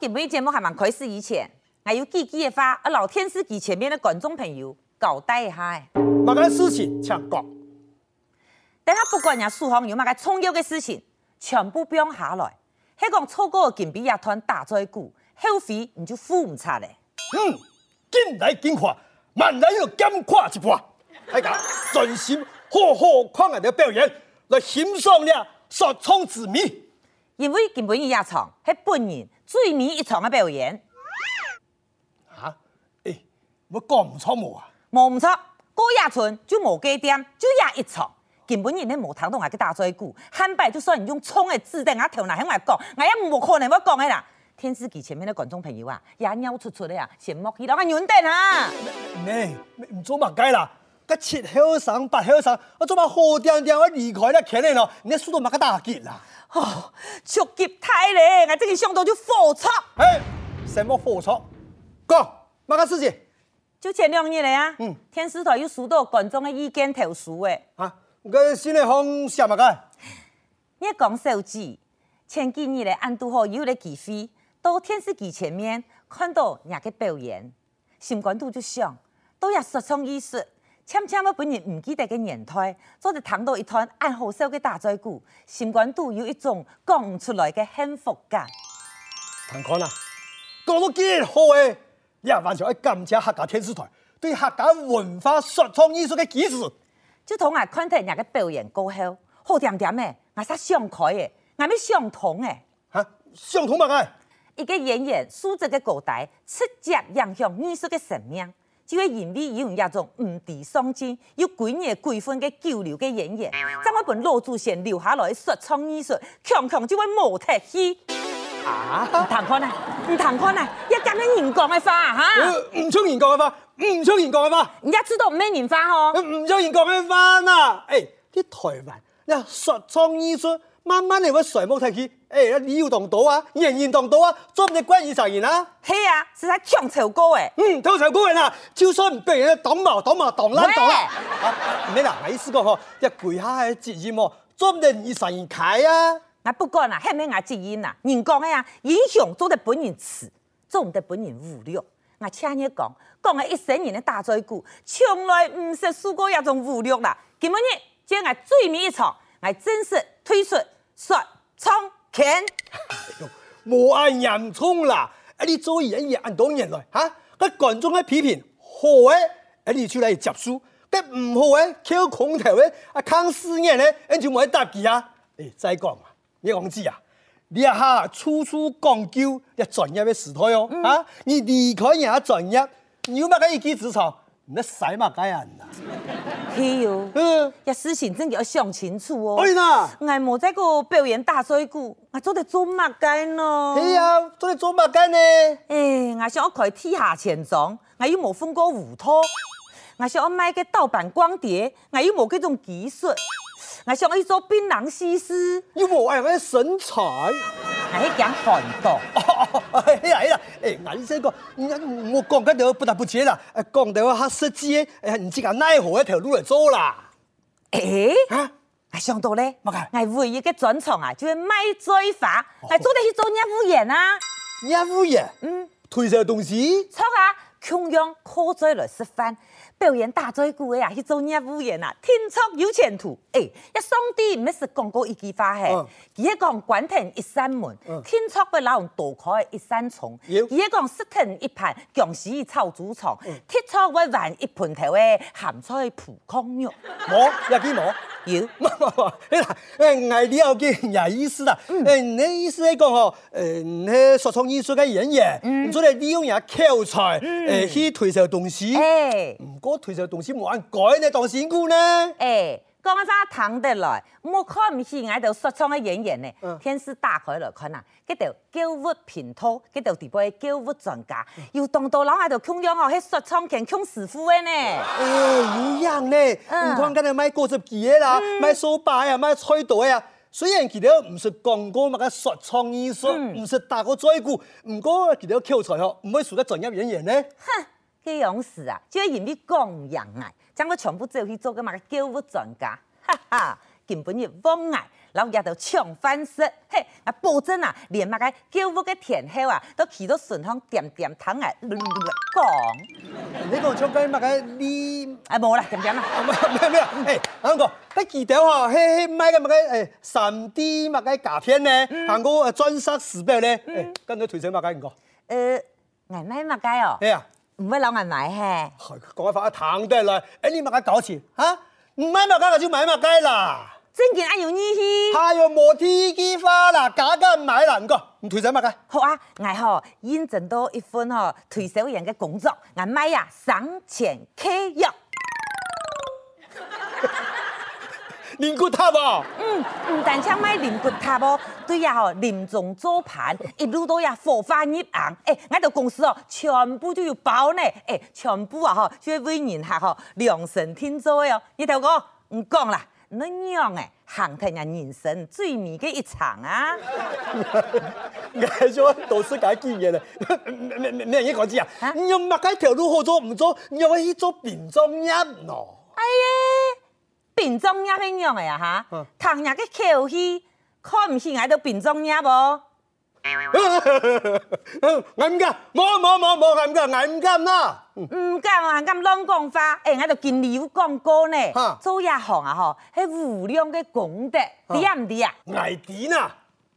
根本节目还蛮开始以前，还有记记的话，啊老天师给前面的观众朋友交代一下的。那个事情抢讲，但他不管人苏杭有嘛个重要嘅事情，全部标下来。迄讲错过的金币也团打在鼓，后悔你就付唔出嘞。嗯，紧来紧看，慢来要减看一啊半，大家专心好好看我的表演，来欣赏了说唱之美。因为金本夜场迄本人最迷一场嘅表演，啊，诶、我讲唔错冇啊，无毋错，过夜村就无几点，就夜一场。金本人咧无通同我去打在鼓，汉拜就算你用冲嘅字在我头内向我讲，我也无可能要讲嘅啦。天师给前面的观众朋友啊，也尿出出的啊，羡慕起老个软蛋啊！你唔做乜解啦？个七后生八后生，我做乜好点点我离开了肯定咯，你速度乜个大吉啦？哦，着急太嘞，我这个想到就火出。诶、哎什么火错？讲乜个事情？就前两日嘞啊，嗯天师台有收到观众的意见投诉诶，啊，我新的方向乜个？你讲手机，前几日嘞俺拄好有个机会到电视机前面看到人家的表演，心肝肚就想，都要说唱艺术，渐渐我本人唔记得嘅年代，做着谈到一团按好手嘅大嘴鼓，心肝肚有一种讲唔出来嘅幸福感。谈看啦，讲到几好诶，你啊也完全要感谢客家电视台对客家文化说唱艺术嘅支持。就同我看睇人家嘅表演过后，好点点诶，我煞想开诶，我咪想通诶。啊，相同乜个？一个演员素质嘅高低，直接影响艺术嘅生命。就会因为有那种唔敌上进、有几年规分嘅九流嘅演员，将我本老祖先留下来嘅说唱艺术，强强就会无踢去。啊？唔通看啊，唔通看啊，一讲嘅人讲嘅话啊哈，呃唔像人讲嘅话，唔像人讲嘅话，人家知道唔咩人话吼呃。唔像人讲嘅话呐！哎，啲台灣，你說唱藝術慢慢你會水冇睇去，哎，你要動到啊，人人動到啊，做唔得關二十人啊！嘿啊，是在强潮歌诶。嗯，偷財古人啊，就算唔俾啊人擋毛擋毛擋爛擋啦！啊，唔咩啦，我意思講嗬，一攰下嘅節日喎，做唔得二十人開啊！我不管啦，迄咩我只因啦，人讲的啊，影响做得本人吃，做唔得本人无聊。我啊请你讲，讲的一生人的大嘴鼓，从来唔是输过一种无聊啦。今日就我最尾一场，我正式推出说唱拳。冇按洋葱啦，啊你做嘢一按當然來嚇，佢觀眾嘅批評好嘅，啊你出來接受；佢唔好嘅，扣空頭嘅，啊坑死人咧，你就冇得答佢啊！誒，再講啊，你講知啊？你啊下處處講究你專業嘅時代哦，啊，你離開人家專業，你有乜嘅一技之長，你使乜嘅人啊？嘿哟，嗯，一事情真的要想清楚哦。哎呀！我冇在个表演大嘴鼓，我做得做乜该呢？哎呀，做你做乜嘅呢？诶，哎我想要开天下钱庄，我又无分过糊涂；我想要买个盗版光碟，我又无这种技术；我想要做槟榔西施，有冇人嘅身材？我去讲韩国。哦哎呀哎呀，哎，俺先讲，俺我讲嗰條不得不接啦，哎誒講到黑色字，誒唔知講奈何一條路嚟做啦，诶，啊，我想哎到咧，乜嘢我哎唯一嘅专长啊，就是卖嘴 法，我哎做得去做业务员啊，業務嘢，嗯，推銷東西，错啊，穷养靠嘴来吃饭，表演大嘴鼓的啊，去做业务员啊，天作有前途。诶，一上帝唔是讲过一句话嘿嗯，佢一讲关停一扇门嗯，天作嘅老人躲开一扇窗，妖佢一讲石藤一盘，僵尸臭猪肠，嗯铁窗会玩一盆头诶咸菜蒲公肉。冇一啲冇。有冇冇冇，哎呀，誒，我了解伢意思啦。誒，你意思嚟講吼，誒，哦哎你說唱藝術嘅演員，所以利用人口才，誒，呃去推銷東西。哎诶唔過推銷東西冇人改你當先姑呢。诶，讲一番谈得来，莫看唔起我度说唱嘅演员呢嗯。天师打开来看啊，嗰度教育频道，嗰度直播嘅教育专家，又当到老喺度穷养哦，迄说唱拳穷师傅嘅呢。哎，一样呢，嗯唔看今日买果汁机的啦，买手把呀，买菜刀呀。虽然佢哋唔是讲过乜嘅说唱艺术，唔是打過嘴鼓，唔過佢哋口才哦，唔會屬得專業演員呢。嘅樣事啊，只要人哋講唔人啊，將佢全部做去做嘅嘛教育專家，哈哈，根本就妄爱，老爷就抢饭食。嘿，啊，保证啊，连那个叫我嘅天后啊，都起到顺风点点糖啊，讲，你講唱緊乜嘅？你啊冇啦，点点啦，咩咩？誒，啱講，啲記者嗬，哦嘿嘿，買嘅乜嘅誒哎三 D 乜嘅假片咧，行過誒專殺時標咧，誒，哎跟住推薦乜嘅唔講，呃，眼买乜解哦，哎呀，哎唔会老眼买嘿。講一發一糖都係來，誒哎你乜嘅搞錢嚇？唔買乜嘅就買乜嘅啦，真件俺有你去，太陽冇天機花啦，假嘅唔買啦，唔講，唔推薦乜嘅。好啊，俺吼认真到一份吼推销员嘅工作，俺买啊呀上前契约，連骨塔喎，嗯，唔但抢买林骨塔哦，对呀吼林总做盘，一路都呀火花入行，诶、俺到公司哦全部都有包呢，诶、全部啊吼就会为人客吼量身定做的哦，你头哥唔讲啦，恁娘诶，行天人人生最美嘅一场啊！嗌咗導師解經嘅啦，咩咩咩嘢講知啊啊？你用乜嘅條路好做唔做？你用去做變裝一咯。品種也很樣的呀哈嗯，同人嘅口氣，看唔起我都品種也無。俺唔敢，冇冇冇冇，俺唔敢，俺唔敢啦。唔敢啊，敢亂講法，哎，我都見你有講過呢哈。做一行啊吼，迄無量嘅功德，哈你啊唔知啊？挨點啊，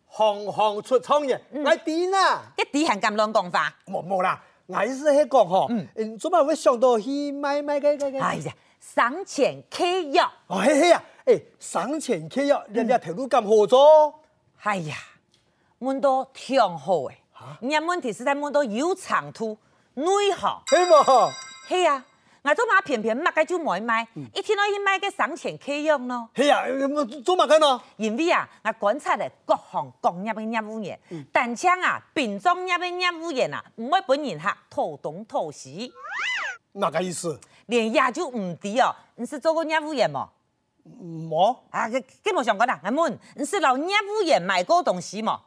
行行出創嘅，挨點啊，一啲還敢亂講法？冇冇啦。挨是喺講嗬，嗯，做乜會想到去買買嘅嘅嘅？哎呀，省錢契約，哦，嘿嘿啊，誒，省錢契約，人家條路咁好做，哎呀，問到挺好誒。人家問題是在問到有長途內行。嘿嘛，嘿啊，我做嘛偏偏乜嘅就買買，嗯一天到去買嘅省錢契約咯。嘿啊，咁做乜嘅呢？因為啊，我觀察了各行各業嘅業務員，但請啊，品種業嘅業務員啊，唔會本人客討東討西，乜嘅意思？連也就唔知哦。你是做過業務員冇？冇。啊，佢佢冇想講啦，阿們，你是老業務員買過東西冇？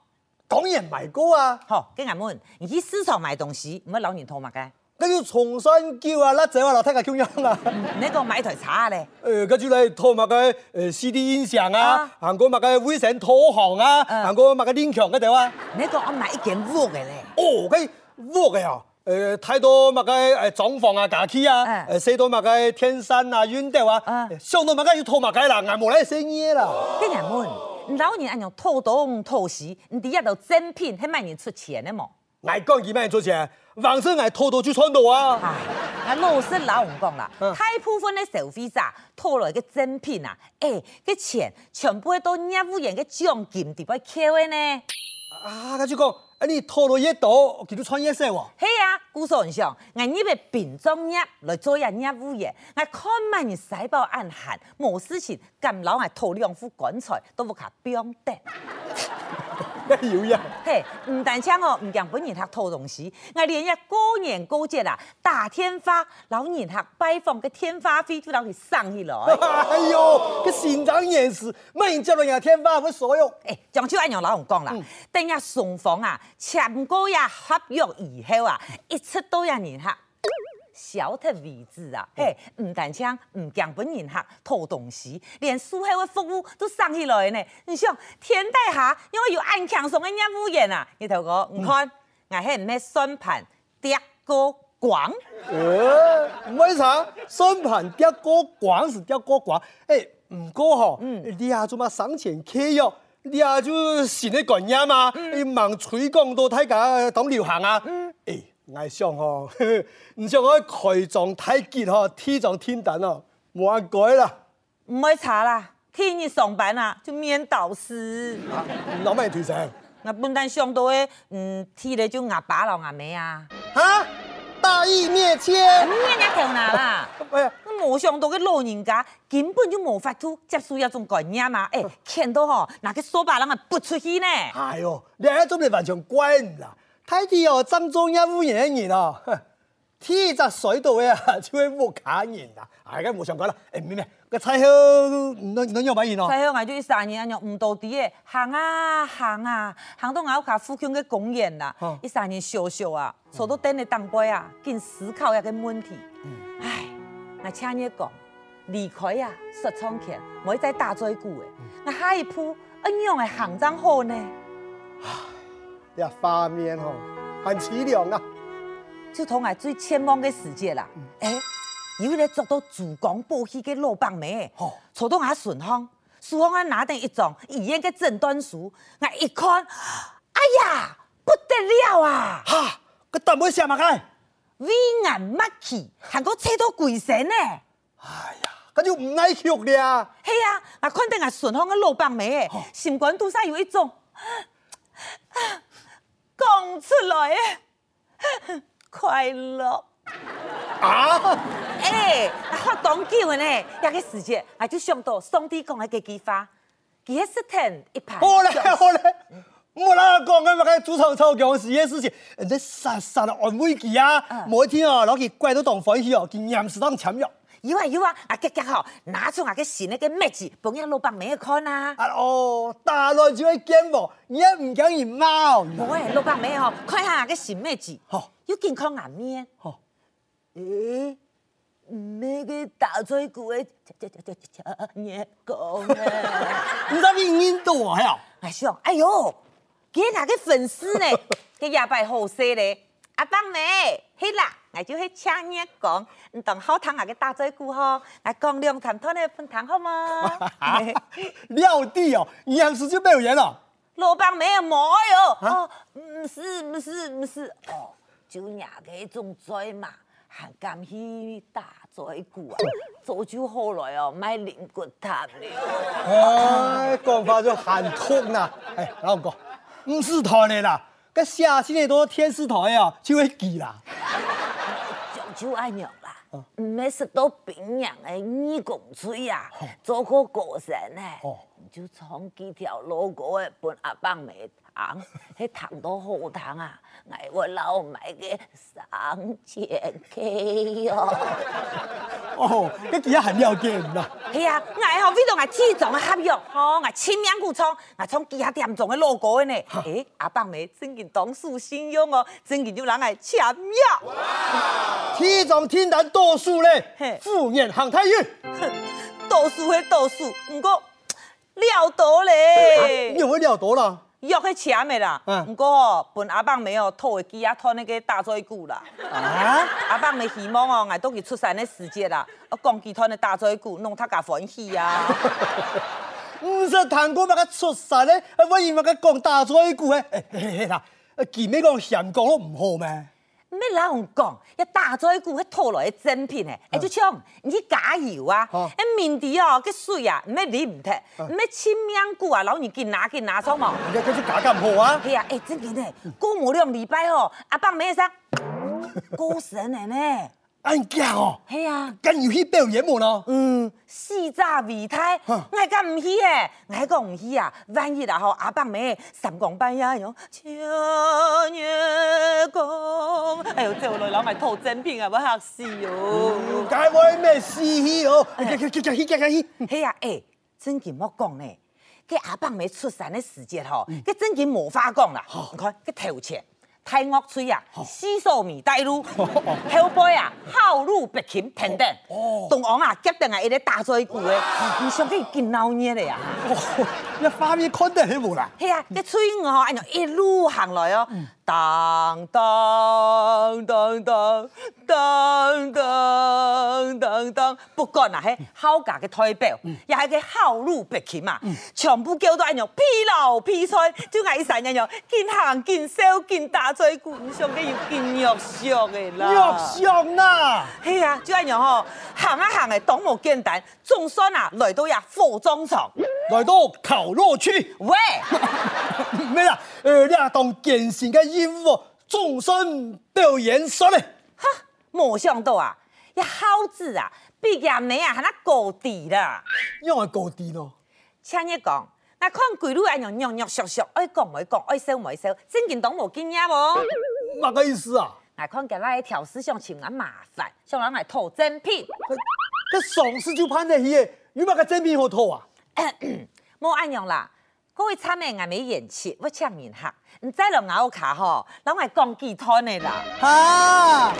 當然賣高啊，好，跟阿們，你去市場買東西，唔會老人討物嘅。跟住重新叫啊，甩仔話樓梯嘅咁 樣啦。你講買台茶咧？誒，跟住你套埋嘅誒 CD 音響啊啊，行過埋嘅威城土行啊，嗯行過埋嘅連強嘅地方啊。你講我買一件屋嘅咧？哦，佢窩嘅啊，誒睇到埋嘅誒裝潢啊、架起啊，嗯誒寫到埋嘅天山啊、遠地啊，嗯上到埋嘅要套埋嘅啦，眼無咧寫嘢啦。跟阿們，你老人按樣討東討西，你底下度真品，係賣人出錢的冇？眼講幾咩做嘢，橫身眼套到就穿到啊。唉，那老實老唔講啦，嗯大部分的消費者討來嘅真品啊，誒、嘅錢全部都業務員嘅獎金地位扣的呢。啊，跟住講，誒你套到一度，見到穿一身喎。 係啊，古常上，我呢個品種業來做人業務員，我看滿人使包暗閒，冇事情咁老係討兩副棺材都冇卡標得。要哎呀， 嘿，唔但請哦，唔讓本人客討東西，我連日過年過節啊，打天花，老人客拜訪嘅天花費都讓佢送起來。哎呦，个新长眼识，没人叫人家天花无所有。誒，漳州按樣老人講啦，等下雙方啊簽過呀合約以後啊，一切都要人客小特位置啊，嘿，唔但搶，唔講本人客偷東西，連術後嘅服務都上起來呢。你想天底下因為有暗強送嘅業務員啊，你頭哥，你看，我係咩算盤跌過光。呃，为啥？算盘钓过光是钓过光，哎，唔过吼，你下做嘛省钱契约，你下就新的观念嘛，你忙吹广到大家当流行啊，哎，我想吼， 唔想我开张太极吼，天上天等哦，冇人改啦，唔會查啦，替你上班啊，就免導師。啊，老咩推成？我本身上到的，嗯，替咧就牙把老牙尾啊。啊，大义灭亲，唔人家頭哪啦？哎呀。我冇想到嘅老人家根本就冇法度接受一種概念哦嘛，誒、看到吼，那個手把人啊撥出去呢，哎呦，你喺做你完全關啦！睇啲哦，正宗一污染嘅人哦，哼天澤水道嘅啊， 就會冇卡人啦。啊，而家冇上講啦，誒咩咩，個菜好兩兩樣買人哦。再向我就三年啊，唔到底嘅行啊行啊，行到我卡附近嘅公園啦哦，一三年笑笑啊，坐嗯到等你當杯啊，緊思考一個問題。唉，我請你講，离开啊，石窗前，我再打再鼓的，嗯我下一步怎样的行长好呢？哎呀，画面吼，很凄凉啊！就同我最千望嘅世界啦。诶、有咧做到主讲保险嘅老板妹，哦坐到我顺风，顺风我拿定一张医院嘅诊断书，我一看，哎呀，不得了啊！哈，佮等尾下嘛该，危眼mắt 去，还个扯到鬼神呢。哎呀，佮就唔耐哭了。嘿啊，我看到我顺风嘅老板妹，哦心肝肚上有一种，讲出来的 快乐。啊，哎，我当久的呢，那个时节，我就想到上帝讲的那句话，其实石天一排。好嘞好嘞，莫啦讲嘅嘛该主场臭僵尸嘅事情，人哋杀杀了安慰佢啊，嗯每天哦攞佢拐到当欢喜哦，佢严实当签约。有啊有啊，啊吉吉吼，拿出我个新那个麦子，帮人老板妹看啊。啊哦，大乱就会见无，也唔讲伊猫。无诶，老板妹吼，看下个新麦子，好又健康颜面。好，诶，那个大嘴骨的这这这这这捏公啊！你咋咪印度啊？呀，我想，哎哟，给哪个粉丝呢？ 给牙白好色嘞！阿邦妹，嘿啦，我就去请你讲，你当好谈下个大嘴骨吼，我讲两谈讨呢分谈好吗？ 料地哦，严实就没有人哦了。老板没有毛哟，哦，不是不是不是，哦，就伢个一种嘴嘛，还敢去大嘴骨啊？早就好来哦，买灵骨塔了。哎，讲法就喊痛啦！哎，老公，唔是台的啦，个下星期多天视台啊，就会记啦。就就爱肉啦，唔免食到冰凉的二公嘴啊，做个过神呢哦，就创几条老果的本阿伯梅糖，迄糖都好糖啊，挨我老买个三千 K 哦，哦，个记啊很了解啦。系啊，挨后尾都挨体重的合 约，吼，挨千两股创，挨创几下店重的老果的呢，诶，阿伯梅真件当属信用哦，真件就人挨签约。体重天然多数嘞嘿，敷衍航太运。倒数迄倒数，毋过料到咧啊你，有会了多啦？约迄车咪啦。嗯毋过哦，本阿棒妹哦，吐的机啊，吞那个大嘴骨啦。啊？阿棒妹希望哦，挨到佢出山的时节啦，我讲起吞的大嘴骨，弄他家欢喜啊。唔是谈过那个出山嘞，啊，我以为个讲大嘴一句诶，哎嘿嘿嘿啦，啊，前面讲嫌讲都唔好咩？咩老人讲，一大嘴骨迄吐落的真品诶，哎就像你去加油啊，嗯哦嗯迄面地哦，个水啊，毋免淋唔脱，毋免清面骨啊，老人见拿见拿爽冇。你睇佢只假咁好啊？嘿啊，哎、真嘅呢，过无两礼拜吼，阿爸没啥，高神的呢，俺假哦，嘿啊，跟有去表演无哦咯？嗯，四炸未胎，哈我讲唔去诶，我讲唔去啊，万一啦吼，阿爸没三更半夜哟，秋月光，哎呦，这我来攞埋套真品啊，要吓死哦哟，解我咩事去哦？去去去去去去去！ 嘿啊，哎、真嘅莫讲呢。个阿爸没出山的时节吼，个真嘅无法讲啦。你看，个头前太恶吹啊，四手米带路。后背啊，后路白琴等等哦，东昂啊，夹定啊，一直打嘴鼓的，你想去见闹热的呀？啊哦，你画面看得起无啦？嘿啊，这吹我按照一路行来哦，当当当当当当当当，不管啊，嘿，好家嘅代表，也系个后路白琴啊，全部叫到按照疲劳疲衰，就爱散人样，见哎行见手见打嘴鼓，你想去要见肉相的啦。肉相啦！嘿啊，就安样吼，行啊行的，都无简单，总算啊来到呀服装厂。来到烤肉区，喂，咩啦？呃，你啊当健身嘅衣服哦，终身表演说嘞。哈，没想到啊，呀好子啊，毕业呢啊，还那高低啦。因为高低咯，请你讲，那看鬼女安啊样肉肉熟熟，爱哎讲爱讲，爱收爱收，真件当无哎经验无。乜个意思啊？我看今日条思想请俺麻烦，想让俺讨真品。这上司就判得起的，有乜个真品好讨啊？莫安样啦，各位参妹俺没演气，我请人客，你再落咬卡吼，让我讲几摊的啦。啊！